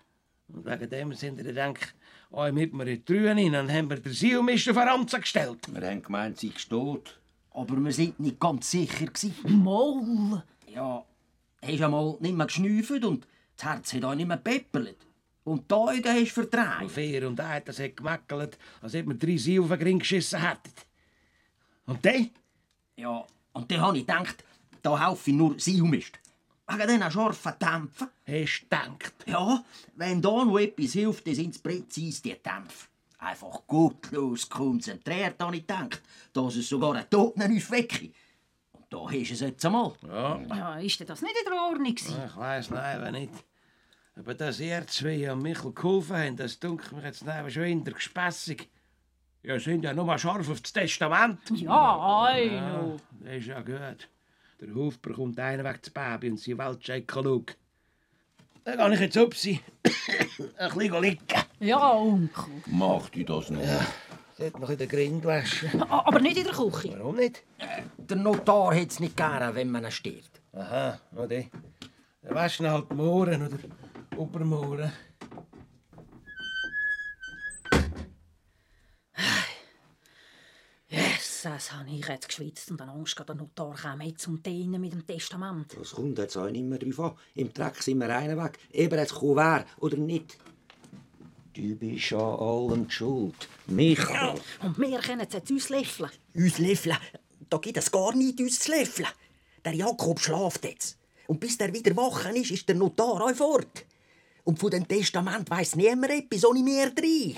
Und wegen dem sind ihr denk euch mit mir in die Rühe rein und haben wir den Sielmist auf den Ranzen gestellt. Wir haben gemeint, sie steht. Aber wir sind nicht ganz sicher gewesen. Moll. Ja, hast einmal nicht mehr geschnüffelt und das Herz hat auch nicht mehr pepperlet. Und die Augen hast du Auf verdreht. vier und ein, das hat gemeckelt, als ob wir drei Siel auf den Ring geschissen hätten. Und dann? Ja, und dann habe ich gedacht, da helfe ich nur Silmist. Wegen diesen scharfen Dämpfen. Hast du gedacht? Ja, wenn da noch etwas hilft, dann sind es präzise die Dämpfe. Einfach gottlos konzentriert, habe ich gedacht, dass es sogar einen Toten aufwecke. Und da hast du es jetzt einmal. Ja. Ja, ist denn das nicht in der Ordnung gewesen? Ich weiß nein, nicht. Aber dass ihr zwei und Michel geholfen haben, das dunkelt mir jetzt neben schon in der Gespässung. Ja, sind ja nur mal scharf auf das Testament. Ja, Eino. Das ist ja gut. Der Hof bekommt einen weg zu Baby und sie Weltschäkolog. Dann kann ich jetzt up sein. Ein bisschen liegen. Ja, Onkel. Macht die das noch? Sollte noch in den Grind waschen. A- Ah, Aber nicht in der Küche. Warum nicht? Der Notar hat es nicht gern, wenn man ihn stirbt. Aha, oder? Dann waschen halt morgen oder übermorgen. Yes, das habe ich jetzt geschwitzt und dann Angst, gehabt, der Notar käme jetzt und denen mit dem Testament. Das kommt jetzt auch nicht mehr drauf an. Im Dreck sind wir einen weg. Eben jetzt Kuvert oder nicht. Du bist an allem die schuld. Michael. Und wir können es jetzt uns läffeln. Uns löffeln, da gibt es gar nicht uns zu löffeln. Der Jakob schlaft jetzt. Und bis der wieder wachen ist, ist der Notar auch fort. Und von dem Testament weiss niemand etwas, ohne mir drei.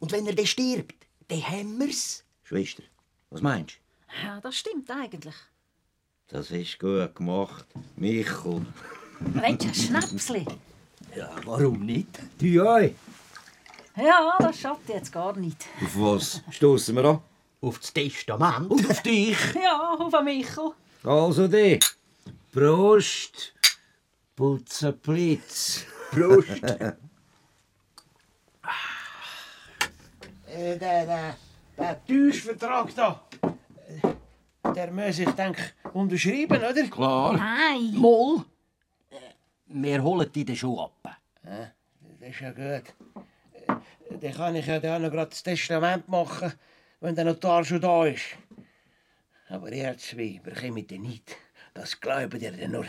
Und wenn er dann stirbt, dann haben wir's. Schwester, was meinst du? Ja, das stimmt eigentlich. Das ist gut gemacht. Michael. Willst du ein Schnäpsli? Ja, warum nicht? Du euch. Ja, das schadet jetzt gar nicht. Auf was stoßen wir an? Auf das Testament? Und auf dich. Ja, auf den Michel. Also die. Prost. Putzenplitz. Prost. Äh, der, der, der Täuschvertrag da, äh, der muss ich denk unterschreiben, oder? Klar. Nein. Moll? Wir holen die dann schon ab. Das ist ja gut. Äh, Dann kann ich ja dann auch noch grad das Testament machen, wenn der Notar schon da ist. Aber ihr zwei bekommt ihr nicht. Das glaubt ihr denn nur.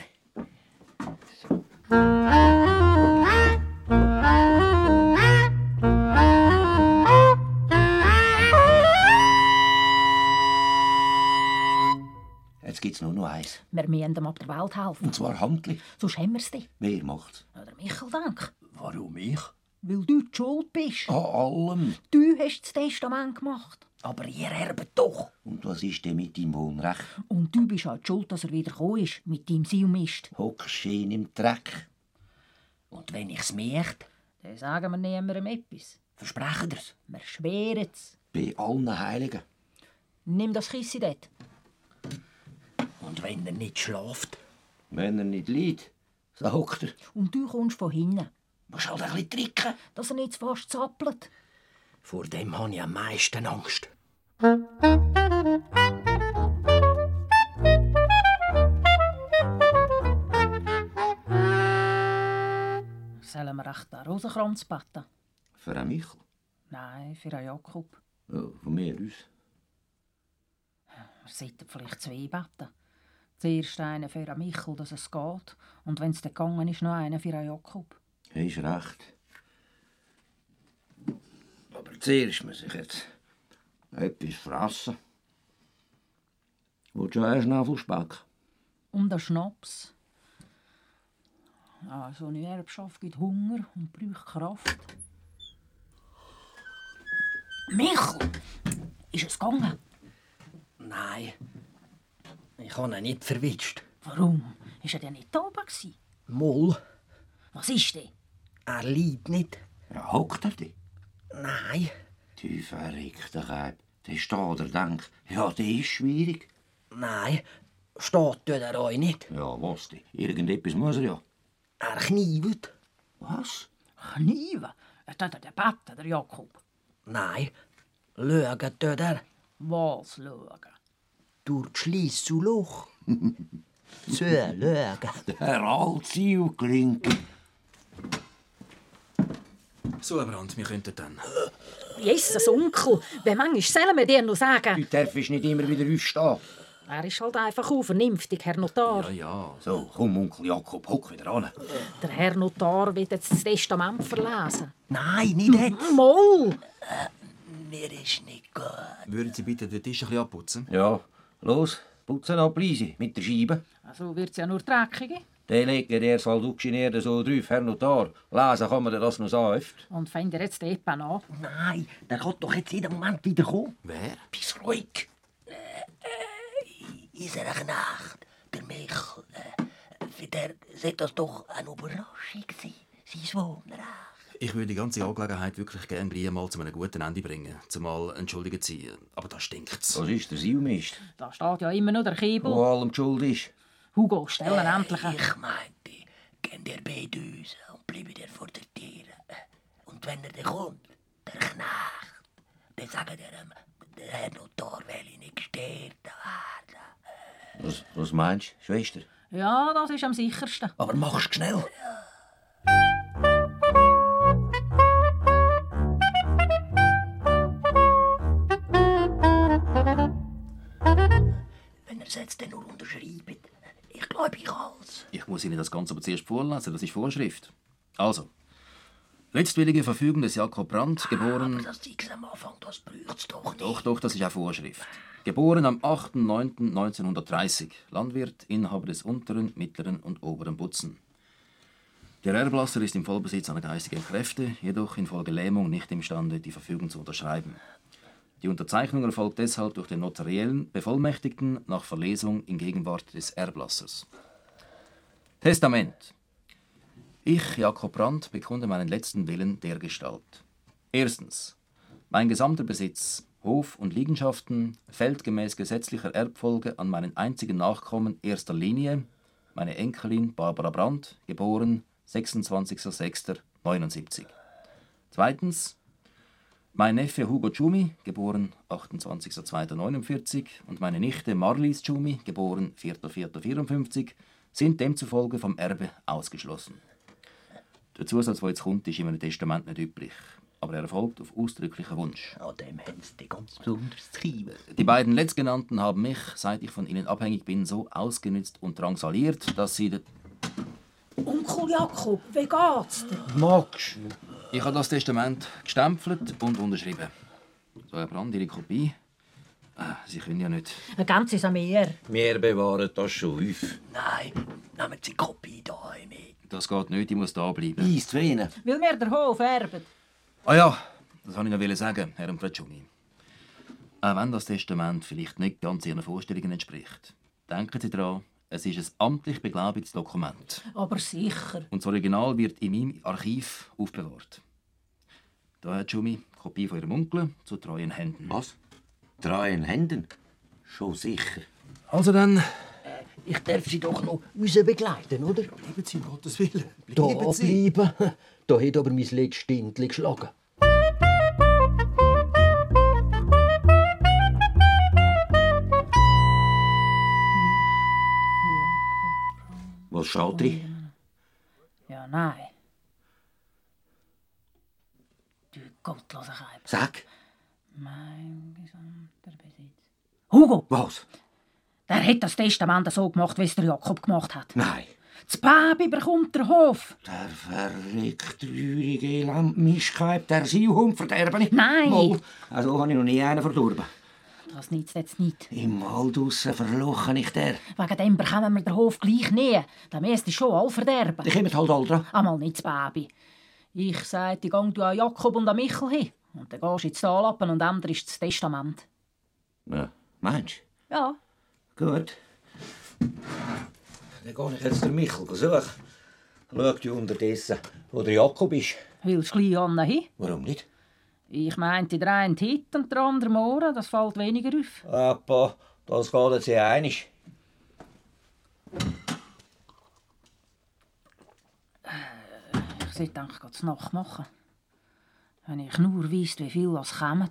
Jetzt gibt's nur noch eins. Wir müssen ihm ab der Welt helfen. Und zwar handlich. Sonst haben wir es dann. Wer macht's? Ja, Der Michel denkt. Warum ich? Weil du die schuld bist. An allem. Du hast das Testament gemacht. Aber ihr erbt doch. Und was ist denn mit deinem Wohnrecht? Und du bist auch die schuld, dass er wieder gekommen ist mit deinem Silmist. Hockst du ihn im Dreck? Und wenn ich's merkt, Dann sagen wir niemandem etwas. versprechen ihr's. Wir schweren es. Bei allen Heiligen. Nimm das Kissen dort. Und wenn er nicht schlaft, Wenn er nicht leidet, so hockt er. Und du kommst von hinten, musst du halt ein bisschen tricken. dass er nicht zu fast zappelt. Vor dem habe ich am meisten Angst. Sollen wir echt den Rosenkranz betten? Für einen Michel. Nein, für einen Jakob. Ja, von mir aus. Wir sollten vielleicht zwei betten. Zuerst einen für einen Michel, dass es geht. Und wenn es dann gegangen ist, noch einen für einen Jakob. Hast recht. Aber zuerst muss ich jetzt etwas fressen. Willst du einen Schnabel Speck? Und der Schnaps. Ja, Also, so eine Erbschaft gibt Hunger und braucht Kraft. Michel! Ist es gegangen? Nein. Ich habe ihn nicht verwitscht. Warum? Ist er denn nicht da oben? gewesen? Moll, Was ist denn? er leidet nicht. Ja, hockt er denn? Nein. Die verrückte Keib. Der steht er, denk. Ja, der ist schwierig. Nein, steht tut er euch nicht. Ja, was denn? Irgendetwas muss er ja. Er kneift. Was? Knieven? Dat hat er den Betten, der Jakob. Nein, schaut tut er Was schauen? durch das Schliessenloch. so, schaut. Der alte klingt. So, Herr Brandt, wir könnten dann. Jesus, Onkel, wie manchmal sollen wir dir noch sagen? Du darfst nicht immer wieder aufstehen. Er ist halt einfach unvernünftig, Herr Notar. ja. So, komm, Onkel Jakob, hock wieder an. Der Herr Notar wird jetzt das Testament verlesen. Nein, nicht jetzt. Moll! Mir ist nicht gut. Würden Sie bitte den Tisch ein bisschen abputzen? Ja, los, nou, putzen ab, leise, mit der Scheibe. Also wird es ja nur dreckige. Der legt der Salduxinär so drauf, Herr Notar. Lesen kann man dir das noch sanft. Und fängt er jetzt die Epa an? Nein, der kann doch jetzt jeden Moment wieder kommen. Wer? Bist ruhig. Äh, äh, in einer Nacht, der Michel, äh, für der sollte das doch eine Überraschung sein. Sein Wohnrecht. Ich würde die ganze Angelegenheit wirklich gerne gleich mal zu einem guten Ende bringen. Zumal entschuldigen Sie, aber da stinkt's. Was ist der Siumist? Da steht ja immer noch der Kiebel. Wo allem die Schuld ist. Hugo, stell ihn endlich an. Ich meinte, geht ihr bei uns und bleibt ihr vor der Tür. Und wenn er dann kommt, der Knecht, dann sagt ihr ihm, der Herr Notar will ihn nicht gestorben werden. Was, was meinst du, Schwester? Ja, das ist am sichersten. Aber mach's schnell. Wenn ihr es jetzt dann nur unterschreibt, ich glaube, ich alles. Ich muss Ihnen das Ganze aber zuerst vorlesen, das ist Vorschrift. Also. Letztwillige Verfügung des Jakob Brandt, geboren. Ah, Das Zeugs am Anfang, das braucht's doch nicht. Doch, doch, das ist auch Vorschrift. Geboren am 8.9.1930, Landwirt, Inhaber des unteren, mittleren und oberen Butzen. Der Erblasser ist im Vollbesitz seiner geistigen Kräfte, jedoch infolge Lähmung nicht imstande, die Verfügung zu unterschreiben. Die Unterzeichnung erfolgt deshalb durch den notariellen Bevollmächtigten nach Verlesung in Gegenwart des Erblassers. Testament. Ich, Jakob Brandt, bekunde meinen letzten Willen dergestalt. Erstens. Mein gesamter Besitz, Hof und Liegenschaften, fällt gemäß gesetzlicher Erbfolge an meinen einzigen Nachkommen erster Linie, meine Enkelin Barbara Brandt, geboren 26.06.79. Zweitens, mein Neffe Hugo Tschumi, geboren 28.02.49 und meine Nichte Marlies Tschumi, geboren 4.04.54, sind demzufolge vom Erbe ausgeschlossen. Der Zusatz, der jetzt kommt, ist in einem Testament nicht üblich, aber er erfolgt auf ausdrücklichen Wunsch. An Oh, dem haben sie die ganz besonders getrieben. Die beiden Letztgenannten haben mich, seit ich von ihnen abhängig bin, so ausgenützt und drangsaliert, dass sie... den- Onkel Oh, Jakob, wie geht's dir? Max! Ich habe das Testament gestempelt und unterschrieben. So, Herr Brand, Ihre Kopie. Ah, Sie können ja nicht. Ein ganzes am Meer. Wir bewahren das schon auf. Nein, nehmen Sie die Kopie da mit. Das geht nicht, ich muss da bleiben. Eis, Tränen. Weil wir den Hof erben. Ah ja, das wollte ich noch sagen, Herr Umfratschungi. Auch wenn das Testament vielleicht nicht ganz Ihren Vorstellungen entspricht, denken Sie daran, es ist ein amtlich beglaubigtes Dokument. Aber sicher. Und das Original wird in meinem Archiv aufbewahrt. Da hat Schumi die Kopie von ihrem Onkel zu treuen Händen. Was? Treuen Händen? Schon sicher. Also dann. Ich darf Sie doch noch uns begleiten, oder? Bleiben Sie, um Gottes Willen. da bleiben. Da hat aber mein letztes Stündchen geschlagen. Was steht drin? Ja, nein. Gottlose Keib. Sag. Mein gesamter Besitz. Hugo! Was? Der hat das Testament so gemacht, wie es der Jakob gemacht hat. Nein. Das Baby bekommt den Hof. Der verrückt traurige Landmischkeit, der Siuhund verderbe ich. Nein. Mal. Also habe ich noch nie einen verdorben. Das nützt jetzt nicht. Im Wald draussen verloche ich der. Wegen dem bekommen wir den Hof gleich nie. Dann müsst ihr schon all verderben. Die kommen halt alle dran. Einmal nicht das Baby. Ich sagte, gang du an Jakob und an Michel hin. Und dann gehst du ins Tahlappen und änderst das Testament. Ja. Meinst Ja, du? Gut. Dann gehe ich jetzt den Michel suchen. Schau du unterdessen, wo der Jakob ist. Willst du gleich Anna hin? Warum nicht? Ich meinte, der eine hit und der andere morgen. Das fällt weniger auf. Papa, das geht jetzt ja einig. Ich sollte eigentlich gerade Nacht machen. Wenn ich nur wüsste, wie viel das kommen.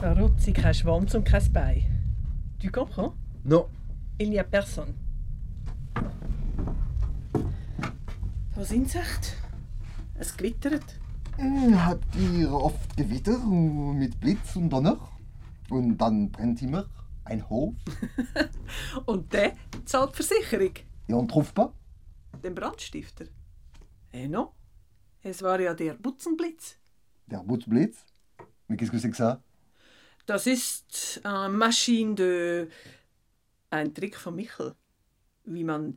Da rot sie kein Schwanz und kein Bein. Du comprends? Non. Il n'y a personne. Was sind sie echt? Es gewittert. Hat ihr oft Gewitter mit Blitz und Donner? Und dann brennt immer ein Hof. Und der zahlt die Versicherung. Ja, und Truffpa? Den Brandstifter. Eh no. Es war ja der Butzenblitz. Der Butzblitz? Mais qu'est-ce que c'est que ça? Das ist eine Maschine de... Ein Trick von Michel. Wie man...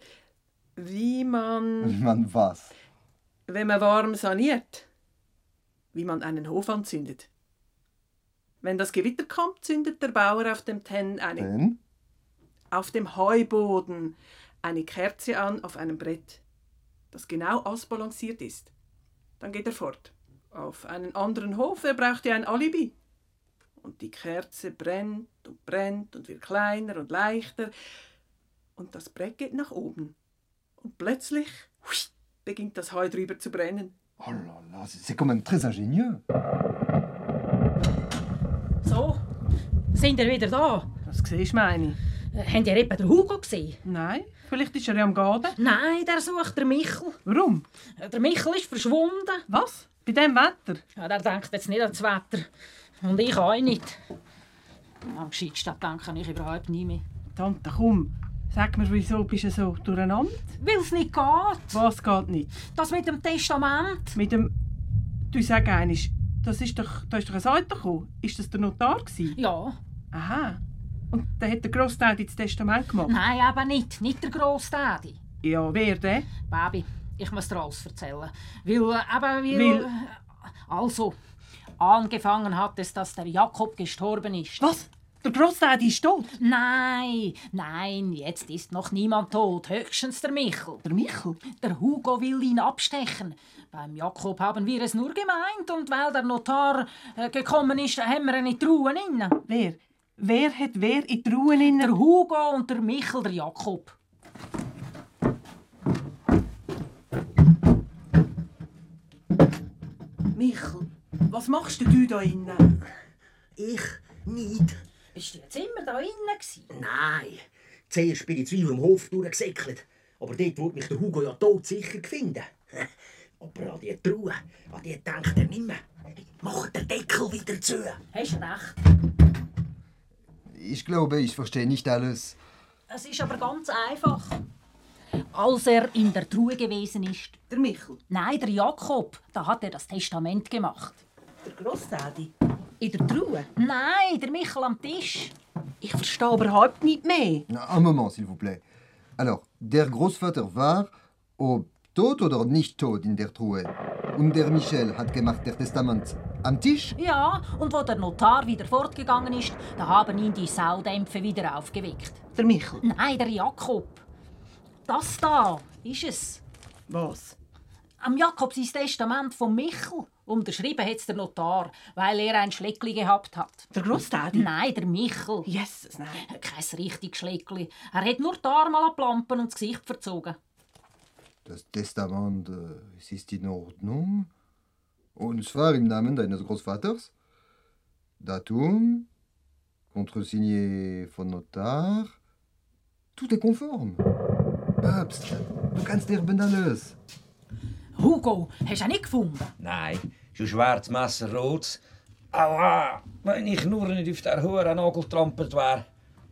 Wie man... Ich meine, was? Wenn man warm saniert. Wie man einen Hof anzündet. Wenn das Gewitter kommt, zündet der Bauer auf dem Ten eine... Denn? auf dem Heuboden eine Kerze an auf einem Brett, das genau ausbalanciert ist. Dann geht er fort. Auf einen anderen Hof, er braucht ja ein Alibi. Und die Kerze brennt und brennt und wird kleiner und leichter. Und das Brett geht nach oben. Und plötzlich hui, beginnt das Heu drüber zu brennen. Oh là là, c'est c'est quand même très ingénieux. So, sind ihr wieder da? Das siehst du, meine ich. Habt ihr eben den Hugo gesehen? Nein. Vielleicht ist er ja am Garten. Nein, der sucht den Michel. Warum? Der Michel ist verschwunden. Was? Bei dem Wetter? Ja, der denkt jetzt nicht an das Wetter. Und ich auch nicht. Am gescheitsten denke ich überhaupt nie mehr. Tante, komm. Sag mir, wieso bist du so durcheinander? Weil es nicht geht. Was geht nicht? Das mit dem Testament. Mit dem... Du sag einisch, das ist doch... Da ist doch ein Seite gekommen. Ist das der Notar gewesen? Ja. Aha. Und der hat der Grossdad ins Testament gemacht? Nein, eben nicht. Nicht der Grossdaddy. Ja, wer der? Babi, ich muss dir alles erzählen. Weil, äh, eben, weil... Weil- äh, Also, angefangen hat es, dass der Jakob gestorben ist. Was? Der Grossdaddy ist tot? Nein, nein, jetzt ist noch niemand tot. Höchstens der Michel. Der Michel? Der Hugo will ihn abstechen. Beim Jakob haben wir es nur gemeint und weil der Notar äh, gekommen ist, haben wir ihn in die Ruhe inne. Wer? Wer hat wer in die Ruhe inne? Der Hugo und der Michel, der Jakob. Michel, was machst denn du da innen? eh? Ich nicht. Bist du jetzt immer da innen gewesen? Nein. Zuerst bin ich zweimal im Hof durchgesäckelt. Aber dort wollte mich der Hugo ja todsicher finden. Aber an die Truhe, an die denkt er nimmer. Mach den Deckel wieder zu. Hast recht. Ich glaube, ich verstehe nicht alles. Es ist aber ganz einfach. Als er in der Truhe gewesen ist. Der Michel? Nein, der Jakob. Da hat er das Testament gemacht. Der Grossdaddy? In der Truhe? Nein, der Michel am Tisch. Ich verstehe überhaupt nicht mehr. Un moment, s'il vous plaît. Alors, der Großvater war, ob tot oder nicht tot in der Truhe. Und der Michel hat gemacht der Testament am Tisch. Ja, und wo der Notar wieder fortgegangen ist, da haben ihn die Saudämpfe wieder aufgeweckt. Der Michel? Nein, der Jakob. Das da ist es. Was? Am Jakob sein Testament von Michel. Unterschrieben hat der Notar, weil er ein Schleckli gehabt hat. Der Grossdaddy? Nein, der Michel. Jesus, nein. Kein richtiges Schleckli. Er hat nur die Arme an die Lampen und das Gesicht verzogen. Das Testament äh, es ist in Ordnung. Und zwar im Namen deines Großvaters. Datum, Kontrasigné von Notar. Tout est konform. Papst, du kannst erben alles. Hugo, hast du ihn nicht gefunden? Nein, schon schwarz, Messer, rot. Aua, wenn ich nur nicht auf der Hure Nagel trampelt wäre.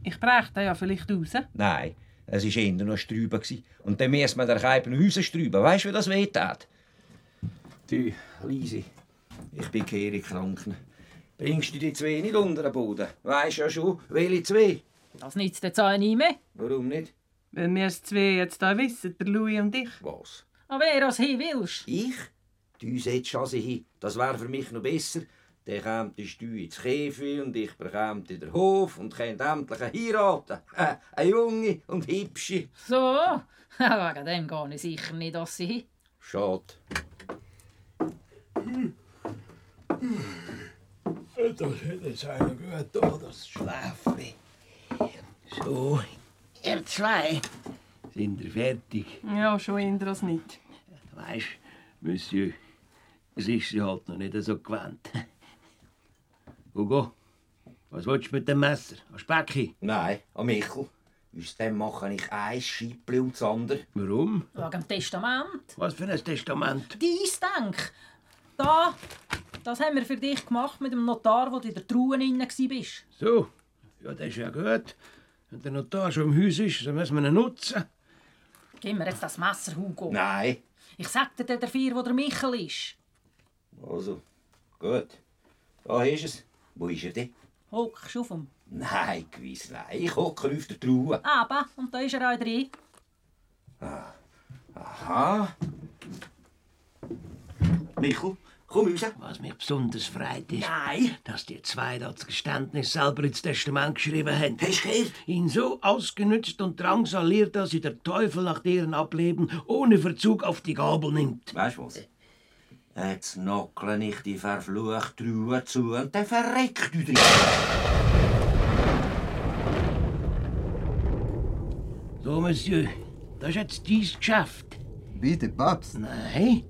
Ich bräuchte den ja vielleicht raus. Nein, Es war eher noch Strüben. Und dann müssen wir den Keipen Häuser strüben. Weißt du, wie das wehtat? Du, Lisi, ich bin Kehrekranken. Bringst du die zwei nicht unter den Boden? Weißt ja schon, welche zwei? Das nützt jetzt auch nicht mehr. Warum nicht? Weil wir es zwei jetzt da wissen, der Louis und ich. Was? Aber wer das hin willst. Ich? Du setzt Chance hin. Das wäre für mich noch besser. Dann kämtest du ins Käfi und ich bekämte in den Hof und könnte endlich heiraten. Äh, Eine junge und hübsche. So, wegen dem gehe ich sicher nicht, dass sie hin. Schade. Das hätte jetzt einer gut da, das Schläfli. So, ihr zwei sind ihr fertig. Ja, schon eher als nicht. Weisst, Monsieur, es ist sie halt noch nicht so gewöhnt. Hugo, was willst du mit dem Messer? An Specki? Nein, Oh, an Michel. Aus dem mache ich ein Scheibli und das andere. Warum? Wegen dem Testament. Was für ein Testament? Dein Denk. Da, das haben wir für dich gemacht mit dem Notar, wo du in der Truhe drin warst. So, ja, das ist ja gut. Wenn der Notar schon im Haus ist, dann müssen wir ihn nutzen. Gib mir jetzt das Messer, Hugo. Nein. Ich sag dir der vier, wo der Michel ist. Also, gut. Da ist es. Wo ist er denn? Hockst auf ihm. Nein, gewiss nein. Ich hocke auf der Truhe. Aber, und da ist er auch drin. Aha. Michel, komm raus. Was mich besonders freut ist, Nein. dass die zwei das Geständnis selber ins Testament geschrieben haben. Hast du gehört? Ihn so ausgenützt und drangsaliert, dass sie der Teufel nach deren Ableben ohne Verzug auf die Gabel nimmt. Weißt du was? Jetzt nockle ich die verfluchte Truhe zu und dann verreckt du drin. So, Monsieur, das ist jetzt dein Geschäft. Bitte, Papst. Nein.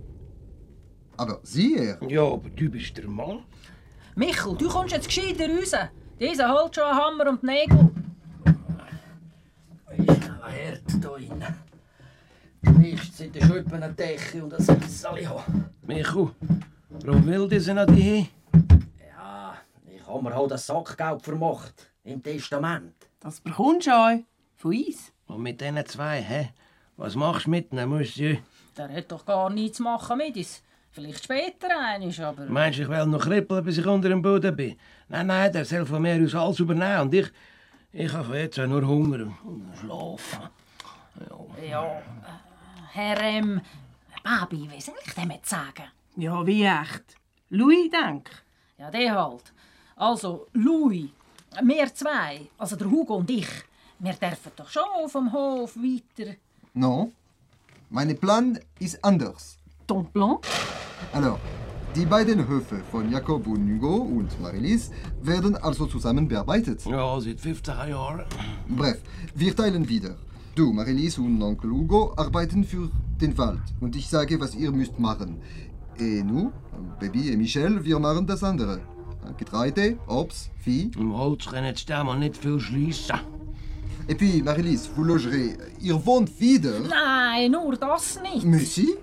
Aber Sie, Herr. Ja, aber du bist der Mann. Michel, du kommst jetzt gescheiter raus. Dieser holt schon einen Hammer und die Nägel. Ist noch Herd da drinnen. Nichts sind schon etwa eine Decke und ein Sali haben. Michu, warum will diese noch die hin? Ja, ich habe mir halt das Sackgeld vermacht. Im Testament. Das bekommst du auch von uns. Und mit diesen zwei, hä? Was machst du mit ihnen, Monsieur? Der hat doch gar nichts zu machen mit uns. Vielleicht später einisch, aber... Meinst du, ich will noch kribbeln, bis ich unter dem Boden bin? Nein, nein, der soll von mir aus alles übernehmen. Und ich, ich habe von jetzt auch nur Hunger und Schlaf. Ja, äh, Herr, ähm, Babi, wie soll ich dem jetzt sagen? Ja, wie echt. Louis, denk. Ja, der halt. Also, Louis, wir zwei, also der Hugo und ich, wir dürfen doch schon auf dem Hof weiter. Non. Mein Plan ist anders. Ton Plan? Alors, die beiden Höfe von Jakob und Hugo und Marilis werden also zusammen bearbeitet. Ja, seit 50 Jahren. Bref, wir teilen wieder. Du, Marilis und Onkel Hugo arbeiten für den Wald und ich sage, was ihr müsst machen. Et nous, Baby et Michel, wir machen das andere. Getreide, Obst, Vieh. Im Holz können die Stämme nicht viel schliessen. Et puis, Marilis, vous logerez. Ihr wohnt wieder. Nein, nur das nicht. Monsieur?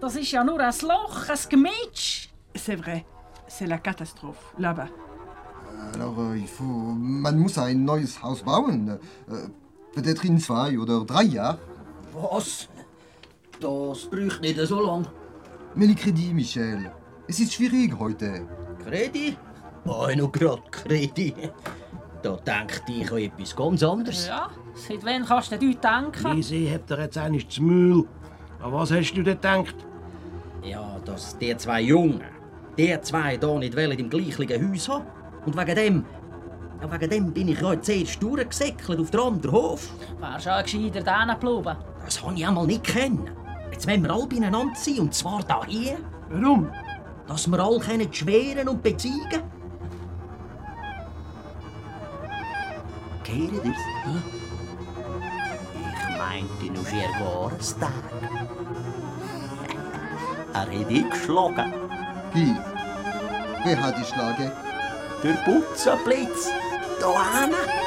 Das ist ja nur ein Loch, ein Gemitsch. C'est vrai. C'est la catastrophe. Là-bas. Alors, äh, il faut, man muss ein neues Haus bauen. Äh, Peut-être in zwei oder drei Jahren. Was? Das bräuchte nicht so lang. Mais les crédits, Michel. Es ist schwierig heute. Kredi? Oh, noch grad Kredi. Da denkt ich an etwas ganz anderes. Ja, seit wann kannst du dir denken? Lisi, hab doch jetzt einmal das Mühl. An was hast du denn gedacht? Ja, dass die zwei Jungen, die zwei hier nicht wollen im gleichen Haus haben. Und wegen dem, ja, wegen dem bin ich ja zuerst durchgesäckelt auf den anderen Hof. Wärst du auch gescheiter da geblieben? Das habe ich einmal nicht kennen. Jetzt wollen wir alle beieinander sein, und zwar da hier. Warum? Dass wir alle können schweren und beziehen. Gehört ihr Ich meinte nur sehr Gorstag. Er hat eingeschlagen. Wie? Wer hat die Schlage? Der Putzenblitz. Da hinten.